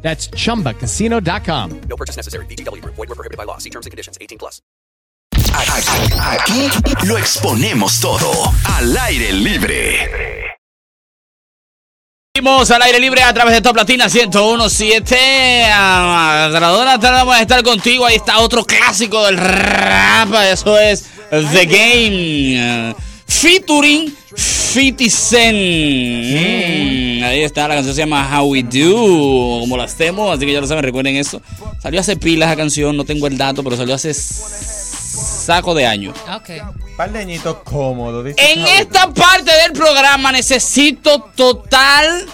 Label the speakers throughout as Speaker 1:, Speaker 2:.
Speaker 1: That's chumbacasino.com.
Speaker 2: No purchase necessary. BGW. Void were prohibited by law. See terms and conditions. 18 plus.
Speaker 3: Aquí, aquí lo exponemos todo al aire libre.
Speaker 4: Seguimos al aire libre a través de Top Latina 1017. Ah, Agradora tratamos de estar contigo. Ahí está otro clásico del rap. Eso es The Game. Featuring 50 Cent. Mm, Ahí está, la canción se llama How We Do. Como la hacemos, así que ya lo saben, recuerden eso. Salió hace pilas la canción, no tengo el dato, pero salió hace saco de años.
Speaker 5: Par de añitos cómodos. dice
Speaker 4: En
Speaker 5: Saúl.
Speaker 4: esta parte del programa necesito total,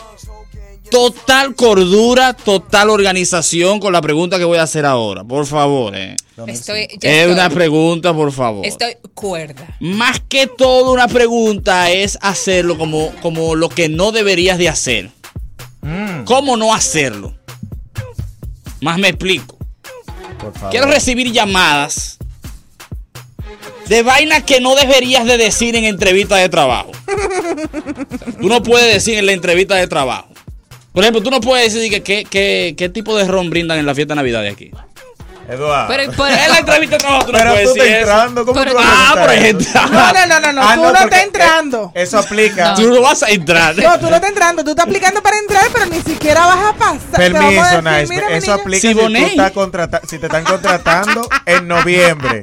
Speaker 4: total cordura, total organización con la pregunta que voy a hacer ahora. Por favor, eh.
Speaker 5: No, merci.
Speaker 6: Estoy, ya
Speaker 4: Es
Speaker 6: estoy,
Speaker 4: una pregunta, por favor.
Speaker 6: estoy cuerda.
Speaker 4: Más que todo una pregunta es hacerlo como, como lo que no deberías de hacer. ¿Cómo no hacerlo? Más me explico.
Speaker 5: Por favor.
Speaker 4: Quiero recibir llamadas de vainas que no deberías de decir en entrevistas de trabajo. Tú no puedes decir en la entrevista de trabajo. Por ejemplo, tú no puedes decir que qué que, qué tipo de ron brindan en la fiesta de Navidad de aquí.
Speaker 5: Eduardo.
Speaker 6: Pero,
Speaker 5: Pero,
Speaker 6: pero-
Speaker 4: En la entrevista de trabajo tú no puedes
Speaker 5: tú
Speaker 4: decir
Speaker 5: estás
Speaker 4: eso.
Speaker 5: entrando. ¿Cómo
Speaker 6: Pero-
Speaker 5: tú vas a
Speaker 4: Ah,
Speaker 5: preguntar
Speaker 4: pero
Speaker 5: eso?
Speaker 4: gente-
Speaker 7: No, no, no, no, no.
Speaker 5: Ah,
Speaker 7: tú no,
Speaker 5: porque,
Speaker 7: estás
Speaker 5: eh,
Speaker 7: entrando.
Speaker 5: Eso aplica.
Speaker 4: Tú no vas a entrar.
Speaker 7: No, tú no estás entrando. Tú estás aplicando para entrar, pero ni siquiera vas a pasar. Te vamos a
Speaker 5: Permiso,
Speaker 7: decir,
Speaker 5: Nice.
Speaker 7: mira, mi
Speaker 5: Eso
Speaker 7: niño.
Speaker 5: aplica si, tú
Speaker 4: Siboney.
Speaker 5: estás contrata- si te están contratando en noviembre.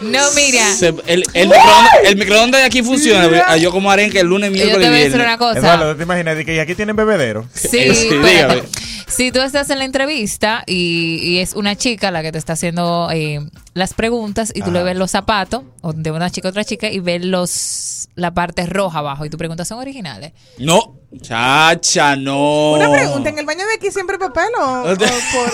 Speaker 6: no, mira.
Speaker 4: Se- el, el microondas, el microondas de aquí funciona. Ah, Yo como arenque el lunes,
Speaker 6: Yo
Speaker 4: miércoles
Speaker 6: te
Speaker 4: y
Speaker 6: voy a decir
Speaker 4: viernes.
Speaker 6: una cosa.
Speaker 5: Eduardo, ¿te imaginas? De que aquí tienen bebedero.
Speaker 6: Sí,
Speaker 4: Sí,
Speaker 6: pero-
Speaker 4: dígame.
Speaker 6: si tú estás en la entrevista y, y es una chica la que te está haciendo eh, las preguntas y tú le ves los zapatos o de una chica a otra chica y ves los la parte roja abajo y tus preguntas son originales.
Speaker 4: No, chacha, no.
Speaker 5: Oh.
Speaker 7: Una pregunta, ¿en el baño de aquí siempre hay papel o, o porque,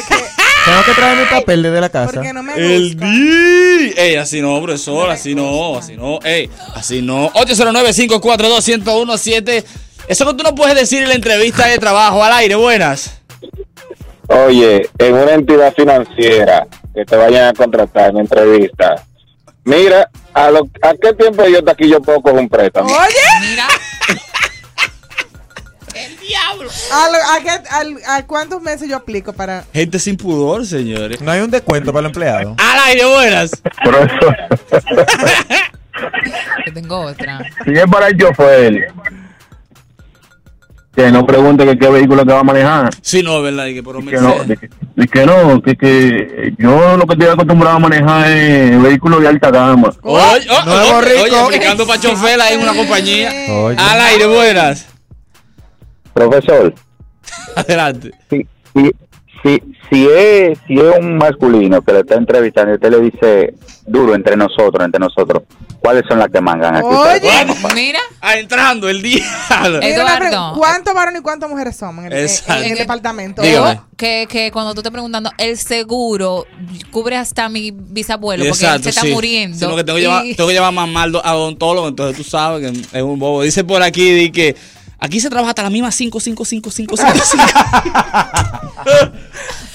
Speaker 5: Tengo que traer mi papel desde la casa.
Speaker 7: porque no me
Speaker 4: El
Speaker 7: gusta?
Speaker 4: D. Ey, así no, profesor, así no, así no, ey, así no. 809-542-1017. Eso que tú no puedes decir en la entrevista de trabajo al aire, buenas.
Speaker 8: Oye, en una entidad financiera que te vayan a contratar en entrevista, mira, ¿a, lo, a qué tiempo yo estoy aquí yo puedo coger un préstamo?
Speaker 7: Oye,
Speaker 6: Mira,
Speaker 7: ¿a, lo- a qué- al- a cuántos meses yo aplico para...?
Speaker 4: Gente sin pudor, señores.
Speaker 5: No hay un descuento para el empleado.
Speaker 4: Al aire, buenas.
Speaker 6: yo tengo otra.
Speaker 8: si es para el chofer, que no pregunte que qué vehículo que va a manejar.
Speaker 4: Sí, no, ¿verdad? Y que por un
Speaker 8: Que no,
Speaker 4: Mercedes.
Speaker 8: de que- de que no, que, que yo lo que estoy acostumbrado a manejar es vehículos de alta gama.
Speaker 4: Oye, oh,
Speaker 5: Nuevo
Speaker 4: hombre,
Speaker 5: rico.
Speaker 4: oye, aplicando para chofer ahí en una compañía.
Speaker 5: Oye.
Speaker 4: Al aire, buenas.
Speaker 8: Profesor,
Speaker 4: Adelante.
Speaker 8: si, si, si, si es, si es un masculino que le está entrevistando y usted le dice duro entre nosotros, entre nosotros, ¿cuáles son las que mangan aquí?
Speaker 7: Oye.
Speaker 6: Mira,
Speaker 4: Ah, entrando el diablo.
Speaker 6: Eh,
Speaker 7: Mira una pregunta,
Speaker 6: Eduardo.
Speaker 7: ¿Cuántos varones y cuántas mujeres somos en el,
Speaker 4: Exacto.
Speaker 7: en el departamento?
Speaker 4: Dígame.
Speaker 6: que, que cuando tú te preguntando el seguro cubre hasta mi bisabuelo porque él se está
Speaker 4: sí.
Speaker 6: muriendo.
Speaker 4: Sino que tengo que,
Speaker 6: Y-
Speaker 4: llevar, tengo que llevar a mamá al do- a odontólogo, entonces tú sabes que es un bobo. Dice por aquí, di que aquí se trabaja hasta la misma 5, 5, 5, 5, 5, 5.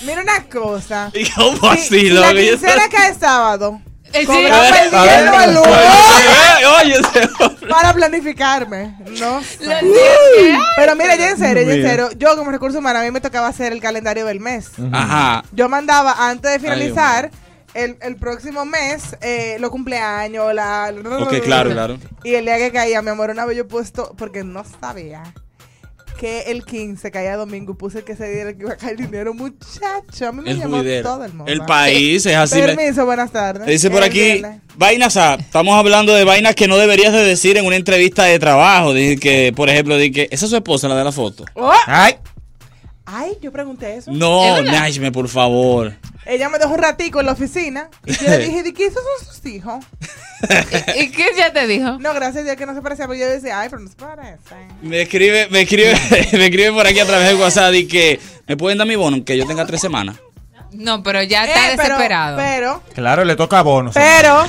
Speaker 7: Mira una cosa.
Speaker 4: Y ¿Cómo
Speaker 7: Si- si
Speaker 4: así, loco?
Speaker 7: la
Speaker 4: Y yo-
Speaker 7: quincena cae sábado,
Speaker 6: Eh, sí.
Speaker 7: cobrar
Speaker 4: A ver,
Speaker 7: perdiendo
Speaker 5: a ver.
Speaker 7: el
Speaker 4: Oye,
Speaker 7: lunes
Speaker 4: Oye, ese hombre.
Speaker 7: para planificarme. No sé.
Speaker 6: Lo entiendes.
Speaker 7: Pero mira, yo en serio, yo en serio, yo como recurso humano a mí me tocaba hacer el calendario del mes.
Speaker 4: Ajá.
Speaker 7: Yo mandaba antes de finalizar el, el próximo mes eh, los cumpleaños, la...
Speaker 4: Ok, claro, claro.
Speaker 7: Y el día que caía, mi amor, una vez yo puesto, porque no sabía que el 15 caía domingo, puse que ese día era el que iba a caer dinero, muchacho. A mí me
Speaker 4: El
Speaker 7: llamó
Speaker 4: juidero.
Speaker 7: todo el mundo. ¿eh?
Speaker 4: El país es así. me-
Speaker 7: Permiso, eh, buenas tardes.
Speaker 4: Dice por
Speaker 7: El
Speaker 4: aquí,
Speaker 7: viernes.
Speaker 4: vainas, ah, estamos hablando de vainas que no deberías de decir en una entrevista de trabajo. Dice que, por ejemplo, dice que, esa es su esposa, la de la foto.
Speaker 7: Oh,
Speaker 5: Ay,
Speaker 7: ay, yo pregunté eso.
Speaker 4: No,
Speaker 6: ¿Es verdad?
Speaker 4: Nashme, por favor.
Speaker 7: Ella me dejó un ratico en la oficina y yo le dije, ¿de qué esos son sus hijos?
Speaker 6: ¿Y qué ya te dijo?
Speaker 7: No, gracias a Dios que no se parecía, pero yo decía, ay, pero no se parecen.
Speaker 4: Me escribe, me escribe, me escribe por aquí a través de WhatsApp y que me pueden dar mi bono, que yo tenga tres semanas.
Speaker 6: No, pero ya está
Speaker 7: Eh, pero-
Speaker 6: desesperado.
Speaker 7: Pero,
Speaker 5: Claro, le toca bonos.
Speaker 7: pero,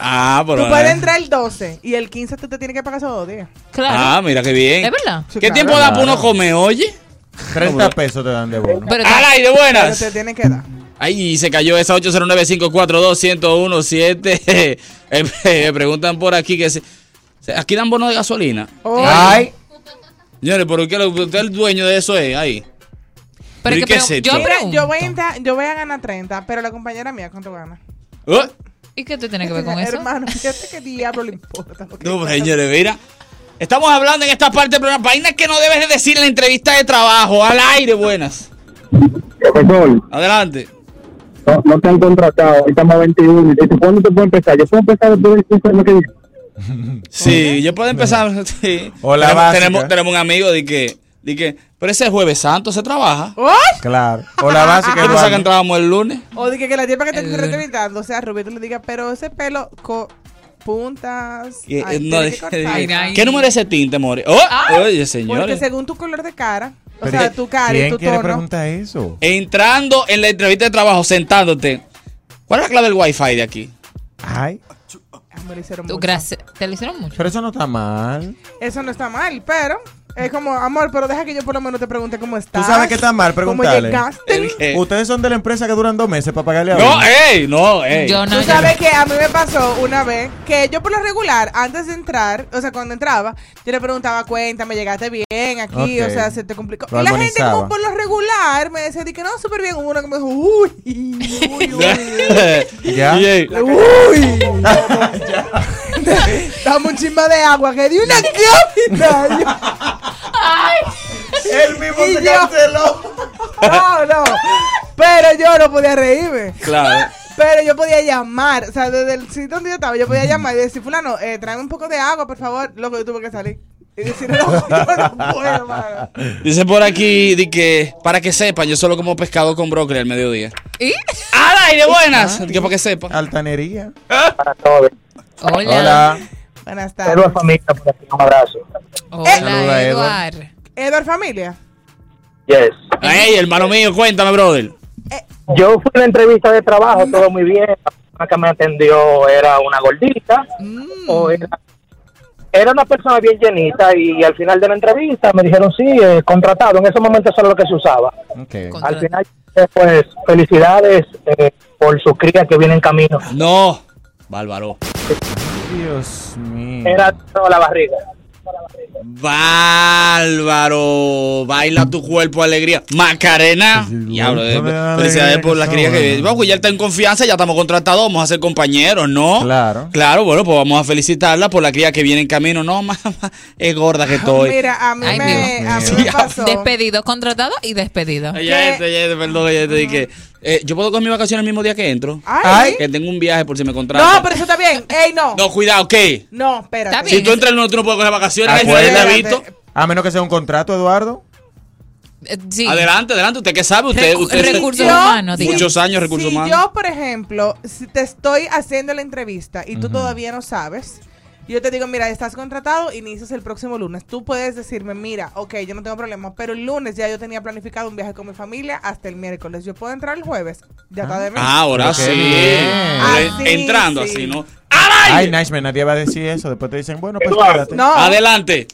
Speaker 4: Ah, pero.
Speaker 7: tú puedes entrar el 12 y el 15 tú te tienes que pagar esos dos días.
Speaker 4: Ah,
Speaker 6: claro.
Speaker 4: mira qué bien.
Speaker 6: ¿Es verdad?
Speaker 7: Sí,
Speaker 4: ¿Qué
Speaker 7: claro.
Speaker 4: tiempo da para uno comer, oye?
Speaker 5: 30 pesos te dan de bono.
Speaker 6: Pero
Speaker 4: Al aire,
Speaker 7: Pero
Speaker 4: buenas.
Speaker 7: te tienen que dar.
Speaker 4: Ay, se cayó esa 809-542-1017. Eh, Me preguntan por aquí que se, se- aquí dan bonos de gasolina.
Speaker 7: Oh,
Speaker 5: Ay,
Speaker 4: Señores, ¿por qué lo- usted es el dueño de eso es? Ahí.
Speaker 6: pero
Speaker 4: ¿y
Speaker 6: es que
Speaker 4: qué
Speaker 6: pre-
Speaker 4: es esto?
Speaker 6: yo
Speaker 7: mira,
Speaker 6: pregunto.
Speaker 7: yo, voy a entrar- yo voy a ganar 30, pero la compañera mía, ¿cuánto gana?
Speaker 4: Uh,
Speaker 6: ¿Y qué tú tienes que ver con eso?
Speaker 7: Hermano, fíjate qué diablo le importa. lo que-
Speaker 4: No, pero, señores, mira. Estamos hablando en esta parte del programa. Vainas que no debes de decir en la entrevista de trabajo. Al aire, buenas.
Speaker 8: Profesor,
Speaker 4: Adelante.
Speaker 8: no, no te han contratado, hoy estamos a 21. ¿Y ¿Cuándo te puedo empezar? Yo puedo empezar después del 15 de que viene.
Speaker 4: Sí, yo puedo empezar. Sí.
Speaker 5: Hola,
Speaker 4: tenemos,
Speaker 5: básica.
Speaker 4: tenemos, tenemos un amigo de que, de que. Pero ese jueves santo se trabaja.
Speaker 7: ¡Ay!
Speaker 5: claro. O la básica
Speaker 4: ¿Qué pasa que
Speaker 5: igual.
Speaker 4: entrábamos el lunes?
Speaker 7: O dije que la tipa que te
Speaker 4: El-
Speaker 7: estoy retratando, o sea, Rubén, tú le digas, pero ese pelo con puntas.
Speaker 4: Y-
Speaker 7: ay,
Speaker 4: eh, no, de-
Speaker 7: tienes que cortarlo.
Speaker 6: ay. Ah,
Speaker 4: ¿Qué número es ese tinte, More? Oh, oye,
Speaker 7: Porque
Speaker 4: señores.
Speaker 7: según tu color de cara, o
Speaker 5: Pero
Speaker 7: sea, tu cara y
Speaker 5: ¿Quién
Speaker 7: tu
Speaker 5: quiere
Speaker 7: tono.
Speaker 5: preguntar eso?
Speaker 4: Entrando en la entrevista de trabajo, sentándote. ¿Cuál es la clave del wifi de aquí?
Speaker 5: Ay,
Speaker 7: Ah, me lo hicieron
Speaker 6: Tú,
Speaker 7: mucho.
Speaker 6: gracias. Te lo hicieron mucho.
Speaker 5: pero eso no está mal.
Speaker 7: Eso no está mal, pero es como, amor, pero deja que yo por lo menos te pregunte cómo estás.
Speaker 5: sabes qué está mal?
Speaker 7: ¿Cómo
Speaker 5: Preguntarle.
Speaker 7: llegaste?
Speaker 4: Eh,
Speaker 5: Ustedes son de la empresa que duran dos meses para pagarle a
Speaker 4: no,
Speaker 5: uno.
Speaker 4: ey, no, ey.
Speaker 6: Yo no.
Speaker 7: Tú
Speaker 6: yo
Speaker 7: sabes que a mí me pasó una vez que yo por lo regular, antes de entrar, o sea, cuando entraba, yo le preguntaba, cuéntame, llegaste bien aquí,
Speaker 5: Ok.
Speaker 7: o sea, se te complicó.
Speaker 5: Lo
Speaker 7: y la gente
Speaker 5: armonizaba.
Speaker 7: como por lo regular me decía, di que no, súper bien. Hubo uno que me dijo, uy, uy, uy.
Speaker 5: Ya.
Speaker 4: Y, ey,
Speaker 7: Uy, dame un chisme de agua que di una cápita.
Speaker 5: Él mismo
Speaker 7: Y
Speaker 5: se
Speaker 7: yo-
Speaker 5: canceló.
Speaker 7: No, no. Pero yo no podía reírme.
Speaker 4: claro.
Speaker 7: Pero yo podía llamar, o sea, desde el sitio donde yo estaba, yo podía llamar y decir, fulano, eh, tráeme un poco de agua, por favor. Loco, yo tuve que salir. Y decir, no, yo no puedo, mano.
Speaker 4: Dice por aquí, di que, para que sepan, yo solo como pescado con brócoli al mediodía.
Speaker 6: ¿Y?
Speaker 4: ¡Al aire, buenas! Di que para que sepan.
Speaker 5: Altanería.
Speaker 8: Para todos.
Speaker 6: Hola.
Speaker 5: Hola.
Speaker 7: Buenas tardes.
Speaker 8: Saludos a la familia, por aquí, un abrazo.
Speaker 6: Hola,
Speaker 5: Saluda,
Speaker 6: Eduard.
Speaker 7: Eduard Familia.
Speaker 8: Yes.
Speaker 4: Ey, hermano mío, cuéntame, brother.
Speaker 8: Yo fui a la entrevista de trabajo, todo muy bien. La persona que me atendió era una gordita. O era, era una persona bien llenita y al final de la entrevista me dijeron, sí, eh, contratado. En ese momento eso era lo que se usaba.
Speaker 5: Ok.
Speaker 6: Contra-
Speaker 8: Al final, eh, pues, felicidades eh, por su cría que viene en camino.
Speaker 4: No. Bárbaro.
Speaker 5: Dios mío.
Speaker 8: Era toda la barriga.
Speaker 4: Bárbaro, baila tu cuerpo alegría. Macarena,
Speaker 5: Sí, sí,
Speaker 4: diablo,
Speaker 5: no
Speaker 4: eh,
Speaker 5: me da
Speaker 4: felicidades
Speaker 5: alegría
Speaker 4: por
Speaker 5: que
Speaker 4: la
Speaker 5: son,
Speaker 4: cría que
Speaker 5: ¿no?
Speaker 4: Vamos, ya está en confianza, ya estamos contratados, vamos a ser compañeros, ¿no?
Speaker 5: Claro.
Speaker 4: Claro, bueno, pues vamos a felicitarla por la cría que viene en camino. No, mamá, es gorda que estoy.
Speaker 7: Mira, a mí,
Speaker 6: Ay,
Speaker 7: me,
Speaker 6: Dios
Speaker 7: a mí
Speaker 4: mío.
Speaker 7: me pasó.
Speaker 6: Despedido, contratado y despedido.
Speaker 4: Ay, Ya, este, ya, este, perdón, ya te dije. Eh, yo puedo coger mi vacación el mismo día que entro.
Speaker 7: Ay.
Speaker 4: Que tengo un viaje por si me contratan.
Speaker 7: No, pero eso está bien. Ey, no.
Speaker 4: No, cuidado, ¿qué?
Speaker 7: No, espérate.
Speaker 6: Está bien.
Speaker 4: Si tú entras el lunes, tú no puedes coger vacaciones. Eso es
Speaker 5: Acuérdate.
Speaker 4: visto.
Speaker 5: A menos que sea un contrato, Eduardo.
Speaker 6: Eh, sí.
Speaker 4: Adelante, adelante. ¿Usted qué sabe? Usted,
Speaker 6: Recu-
Speaker 4: usted
Speaker 6: recursos
Speaker 7: Yo-
Speaker 6: humanos, diga.
Speaker 4: muchos años, recursos
Speaker 7: si
Speaker 4: humanos.
Speaker 7: yo, por ejemplo, si te estoy haciendo la entrevista y tú todavía no sabes, yo te digo, mira, estás contratado, inicias el próximo lunes. Tú puedes decirme, mira, ok, yo no tengo problema, pero el lunes ya yo tenía planificado un viaje con mi familia hasta el miércoles. Yo puedo entrar el jueves, ya está de mí.
Speaker 4: Ah, Ahora
Speaker 5: Pero
Speaker 4: sí.
Speaker 5: qué bien.
Speaker 4: Pero
Speaker 7: Así,
Speaker 4: Entrando
Speaker 7: sí.
Speaker 4: así, ¿no?
Speaker 5: Ay, Nashman, nadie va a decir eso. Después te dicen, bueno, pues
Speaker 8: Eduardo.
Speaker 5: quédate.
Speaker 7: no,
Speaker 4: Adelante.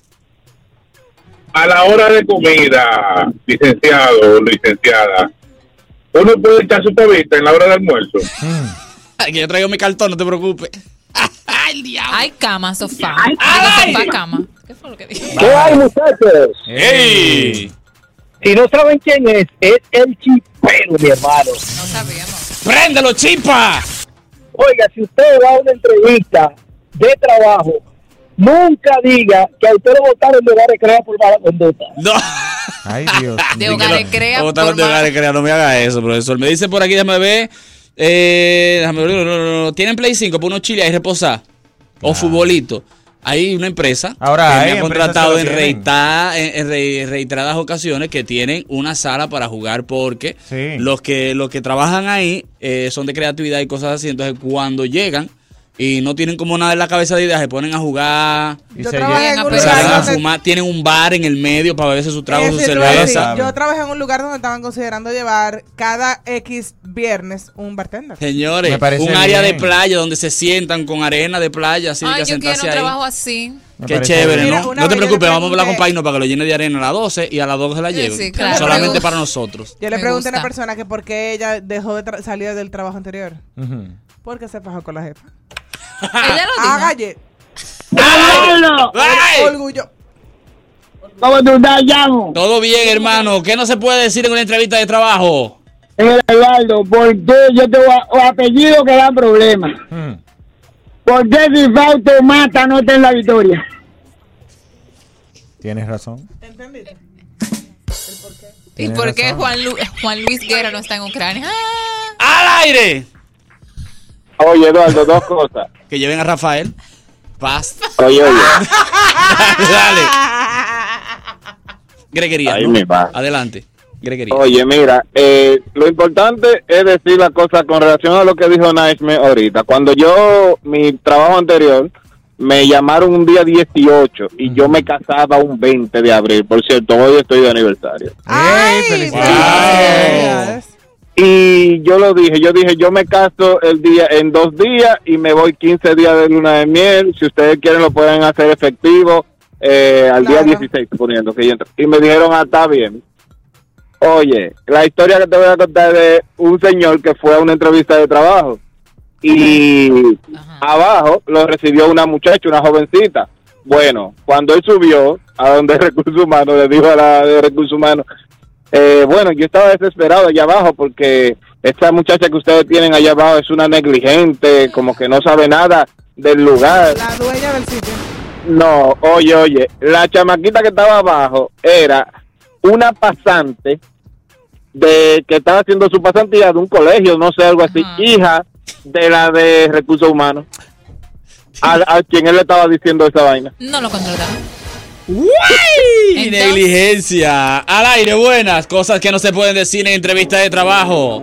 Speaker 8: A la hora de comida, licenciado, licenciada, uno puede echar su pavita en la hora del almuerzo.
Speaker 4: Ay, que yo traigo mi cartón, no te preocupes. Ay, el diablo.
Speaker 6: Hay cama, sofá.
Speaker 8: Ay.
Speaker 6: Digo, sofá, cama. ¿Qué fue lo que dije?
Speaker 8: ¿Qué hay, muchachos?
Speaker 4: Eh. ¡Ey!
Speaker 8: Si no saben quién es, es el chipero, mi hermano.
Speaker 6: No sabíamos.
Speaker 4: ¡Préndelo, chipa!
Speaker 8: Oiga, si usted va a una entrevista de trabajo, nunca diga que a usted lo votaron de hogar de crea por mala conducta.
Speaker 4: No.
Speaker 5: Ay, Dios.
Speaker 6: De
Speaker 5: mío.
Speaker 6: hogares crea.
Speaker 4: No, botaron
Speaker 6: por
Speaker 4: de
Speaker 6: mal-
Speaker 4: hogares, crea, no me haga eso, profesor. Me dice por aquí, déjame ver. Eh, déjame ver. no, no, no, no. Tienen Play 5 por unos chiles ahí reposar. O futbolito. Hay una empresa
Speaker 5: Ahora
Speaker 4: que
Speaker 5: hay
Speaker 4: me ha
Speaker 5: empresas
Speaker 4: contratado
Speaker 5: que lo
Speaker 4: en,
Speaker 5: tienen.
Speaker 4: reita- en- en re- reiteradas ocasiones que tienen una sala para jugar porque
Speaker 5: Sí.
Speaker 4: los, que, los que trabajan ahí eh, son de creatividad y cosas así. Entonces, cuando llegan, y no tienen como nada en la cabeza de ideas, se ponen a jugar,
Speaker 5: Y
Speaker 7: Yo
Speaker 5: se
Speaker 7: trabajé en
Speaker 6: llegan
Speaker 7: un
Speaker 6: a
Speaker 7: lugar
Speaker 4: salen a
Speaker 7: donde-
Speaker 4: fumar, tienen un bar en el medio para beberse su trago, su
Speaker 7: Eso te iba a decir.
Speaker 4: cerveza.
Speaker 7: Yo trabajé en un lugar donde estaban considerando llevar cada X viernes un bartender.
Speaker 4: Señores,
Speaker 5: Me parece
Speaker 4: un área de
Speaker 5: bien.
Speaker 4: playa donde se sientan con arena de playa, así
Speaker 6: Ay,
Speaker 4: que
Speaker 6: yo quiero
Speaker 4: sentarse
Speaker 6: un
Speaker 4: ahí.
Speaker 6: trabajo así.
Speaker 5: Me
Speaker 4: Qué
Speaker 5: parece
Speaker 4: chévere,
Speaker 5: bien.
Speaker 7: Mira,
Speaker 4: ¿no?
Speaker 7: una
Speaker 4: No te
Speaker 7: vez yo le
Speaker 4: preocupes, vamos a hablar con
Speaker 7: pregunté-
Speaker 4: Paino para que lo llene de arena a las 12 y a las 2 se la
Speaker 6: Sí,
Speaker 4: lleven.
Speaker 6: sí, claro.
Speaker 4: Solamente
Speaker 6: Pero-
Speaker 4: para nosotros.
Speaker 7: Yo le
Speaker 6: Me
Speaker 7: pregunté a una
Speaker 6: gusta.
Speaker 7: persona que por qué ella dejó de tra- salir del trabajo anterior.
Speaker 5: Ujú.
Speaker 7: Porque se fajó con la jefa.
Speaker 6: Ella lo dijo.
Speaker 7: Hágale.
Speaker 4: ¡Ay!
Speaker 7: Orgullo.
Speaker 9: ¿Cómo tú estás, Llamo?
Speaker 4: Todo bien, hermano. ¿Qué no se puede decir en una entrevista de trabajo?
Speaker 9: Mira, Eduardo, por ti yo te voy a- o apellido que da problema.
Speaker 5: Ujú.
Speaker 9: ¿Por qué si Fausto mata no está en la victoria?
Speaker 5: Tienes razón.
Speaker 7: ¿Entendiste?
Speaker 6: ¿Y
Speaker 5: Tienes
Speaker 6: por qué
Speaker 5: razón.
Speaker 6: Juan, Lu- Juan Luis Guerra no está en Ucrania? Ah,
Speaker 4: ¡Al aire!
Speaker 8: Oye, Eduardo, dos cosas.
Speaker 4: Que lleven a Rafael. Paz.
Speaker 8: Oye, oye.
Speaker 4: Dale. Greguería.
Speaker 8: Ahí
Speaker 4: ¿no?
Speaker 8: me va.
Speaker 4: Adelante. Greguería.
Speaker 8: Oye, mira, eh, lo importante es decir la cosa con relación a lo que dijo Naisme ahorita. Cuando yo, mi trabajo anterior, me llamaron un día 18 y yo me casaba un 20 de abril. Por cierto, hoy estoy de aniversario.
Speaker 5: ¡Ey,
Speaker 7: felicidades.
Speaker 8: Y yo lo dije, yo dije, yo me caso el día en dos días y me voy 15 días de luna de miel. Si ustedes quieren lo pueden hacer efectivo eh, al día
Speaker 7: Claro.
Speaker 8: 16, suponiendo que yo entro. Y me dijeron, ah, está bien. Oye, la historia que te voy a contar es de un señor que fue a una entrevista de trabajo y abajo lo recibió una muchacha, una jovencita. Bueno, cuando él subió a donde recursos humanos, le dijo a la de recursos humanos, eh, bueno, yo estaba desesperado allá abajo porque esta muchacha que ustedes tienen allá abajo es una negligente, como que no sabe nada del lugar.
Speaker 7: La dueña del sitio.
Speaker 8: No, oye, oye, la chamaquita que estaba abajo era una pasante de que estaba haciendo su pasantía de un colegio, no sé, algo así,
Speaker 6: Ajá.
Speaker 8: hija de la de recursos humanos. A, a quien él le estaba diciendo esa vaina.
Speaker 6: No lo contrataron.
Speaker 4: ¡Uy!
Speaker 6: Entonces-
Speaker 4: Negligencia. Al aire, buenas. Cosas que no se pueden decir en entrevistas de trabajo.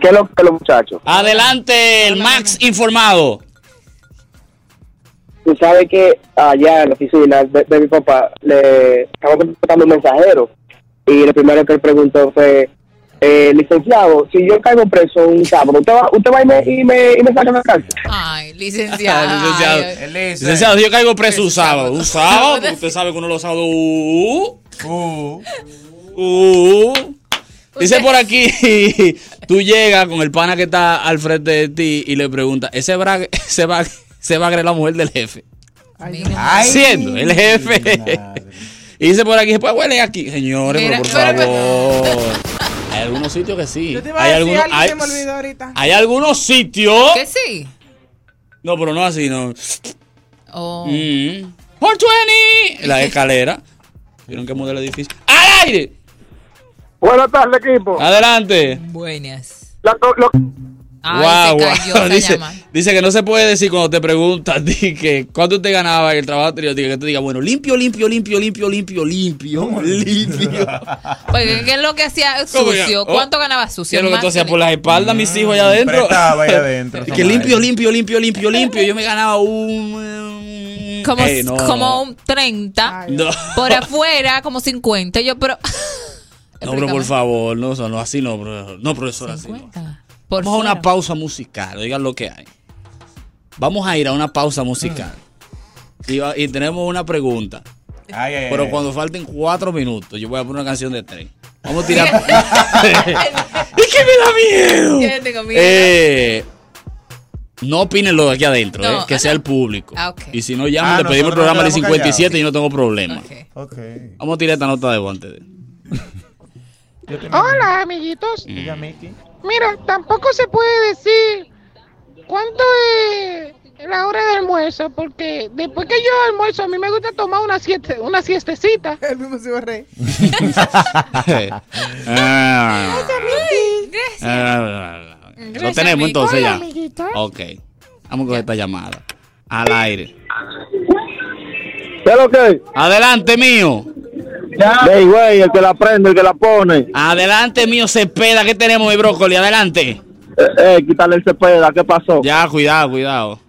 Speaker 8: ¿Qué es lo que los muchachos?
Speaker 4: Adelante, el Max informado.
Speaker 8: Tú sabes que allá en la oficina de, mi papá le estaba contratando un mensajero y lo primero que él preguntó fue, eh, licenciado, si yo caigo preso un sábado, ¿usted va, usted va y, me, y, me, y me saca la cárcel?
Speaker 6: Ay, licenciado.
Speaker 4: Licenciado.
Speaker 6: Ay, ay.
Speaker 5: Él eh. dice,
Speaker 4: Licenciado, yo caigo preso un
Speaker 6: Preso
Speaker 4: sábado. Un sábado. porque Usted sabe que uno los sábados. uh, uh,
Speaker 5: uh,
Speaker 4: uh. Dice por aquí, tú llegas con el pana que está al frente de ti y le preguntas, ¿ese brague, ese va ese bagre es la mujer del jefe?
Speaker 6: Mira.
Speaker 5: ay,
Speaker 4: Siendo el jefe.
Speaker 5: madre.
Speaker 4: Y dice por aquí, pues huele aquí. Señores,
Speaker 6: Mira,
Speaker 4: pero por
Speaker 6: pero-
Speaker 4: favor. Hay algunos sitios que sí.
Speaker 7: Yo te iba a
Speaker 4: Hay
Speaker 7: decir
Speaker 4: algunos,
Speaker 7: algo y
Speaker 4: hay,
Speaker 7: se me olvidó ahorita.
Speaker 4: hay algunos sitios.
Speaker 6: Que sí.
Speaker 4: No, pero no así, no.
Speaker 6: Oh.
Speaker 4: Mm. 420. La escalera. Vieron que mudar el edificio. ¡Al aire!
Speaker 8: Buenas tardes, equipo.
Speaker 4: Ah. Adelante.
Speaker 6: Buenas.
Speaker 8: La co- lo-
Speaker 6: Ay, se
Speaker 4: Guau,
Speaker 6: cayó
Speaker 4: guau.
Speaker 6: esa
Speaker 4: Dice,
Speaker 6: llama.
Speaker 4: dice que no se puede decir cuando te preguntan a ti que cuánto usted ganaba en el trabajo anterior. Que te diga, bueno, limpio, limpio, limpio, limpio, limpio, limpio, limpio.
Speaker 6: Oye, ¿qué es lo que hacía
Speaker 4: ¿Cómo ya?
Speaker 6: sucio?
Speaker 4: Oh.
Speaker 6: ¿Cuánto ganaba sucio?
Speaker 4: ¿Qué es lo que
Speaker 6: Más
Speaker 4: tú hacías
Speaker 6: le-
Speaker 4: por las espaldas, mis hijos allá adentro?
Speaker 5: Prestaba Mm, ahí adentro,
Speaker 4: que
Speaker 5: esa
Speaker 4: limpio,
Speaker 5: madre.
Speaker 4: limpio, limpio, limpio, limpio. Yo me ganaba un.
Speaker 6: Como,
Speaker 4: Ey, no,
Speaker 6: como
Speaker 4: no.
Speaker 6: un 30.
Speaker 7: Ay,
Speaker 4: No.
Speaker 6: Por afuera, como 50. Yo, pero.
Speaker 4: No, pero por favor, no, eso no, así no, profesor. No, profesor, así no.
Speaker 6: 50. Por
Speaker 4: Vamos a una
Speaker 6: fuera.
Speaker 4: pausa musical, oigan lo que hay. Vamos a ir a una pausa musical.
Speaker 5: Mm.
Speaker 4: Y, va- y tenemos una pregunta.
Speaker 5: Ay, ay,
Speaker 4: Pero
Speaker 5: ay.
Speaker 4: cuando falten cuatro minutos, yo voy a poner una canción de tren. Vamos a tirar. ¡Es que me da miedo!
Speaker 6: Yo le tengo miedo.
Speaker 4: Eh, no opinen lo de aquí adentro,
Speaker 6: No,
Speaker 4: eh, que
Speaker 6: ah,
Speaker 4: sea
Speaker 6: no.
Speaker 4: el público.
Speaker 6: Ah, ok.
Speaker 4: Y si no llaman,
Speaker 5: Ah,
Speaker 4: le pedimos el
Speaker 5: nosotros
Speaker 4: programa
Speaker 5: nos
Speaker 4: de
Speaker 5: quedamos
Speaker 4: 57 y no tengo problema.
Speaker 6: Ok.
Speaker 5: Ok.
Speaker 4: Vamos a tirar esta nota de guante.
Speaker 10: Hola, amiguitos.
Speaker 5: Diga, Miki.
Speaker 10: Mira, tampoco se puede decir cuánto es la hora de almuerzo, porque después que yo almuerzo, a mí me gusta tomar una, sieste, una siestecita.
Speaker 7: El mismo se iba a reír.
Speaker 4: Eh, Ah.
Speaker 6: Gracias.
Speaker 4: Ah, Lo
Speaker 6: Gracias,
Speaker 4: tenemos
Speaker 6: amigo.
Speaker 4: entonces
Speaker 10: Hola,
Speaker 4: ya.
Speaker 10: amiguitos.
Speaker 4: Ok. Vamos con esta llamada. Al aire.
Speaker 8: ¿Qué es lo que? es?
Speaker 4: Adelante, mío.
Speaker 8: Ey, güey, el que la prende, el que la pone.
Speaker 4: Adelante, mío Cepeda. ¿Qué tenemos, mi brócoli? Adelante.
Speaker 8: eh, eh, quitarle el Cepeda, ¿qué pasó?
Speaker 4: Ya, cuidado, cuidado.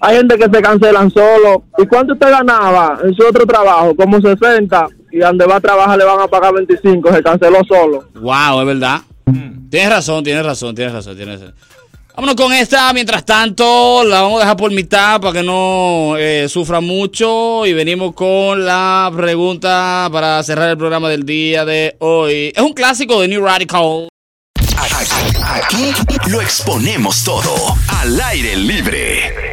Speaker 8: Hay gente que se cancelan solo. ¿Y cuánto usted ganaba en su otro trabajo? Como 60. Y donde va a trabajar le van a pagar 25. Se canceló solo.
Speaker 4: Wow, es verdad. Tienes razón, tienes razón, tienes razón, tienes razón. Vámonos con esta, mientras tanto, la vamos a dejar por mitad para que no eh, sufra mucho y venimos con la pregunta para cerrar el programa del día de hoy. Es un clásico de New Radical.
Speaker 3: Aquí lo exponemos todo al aire libre.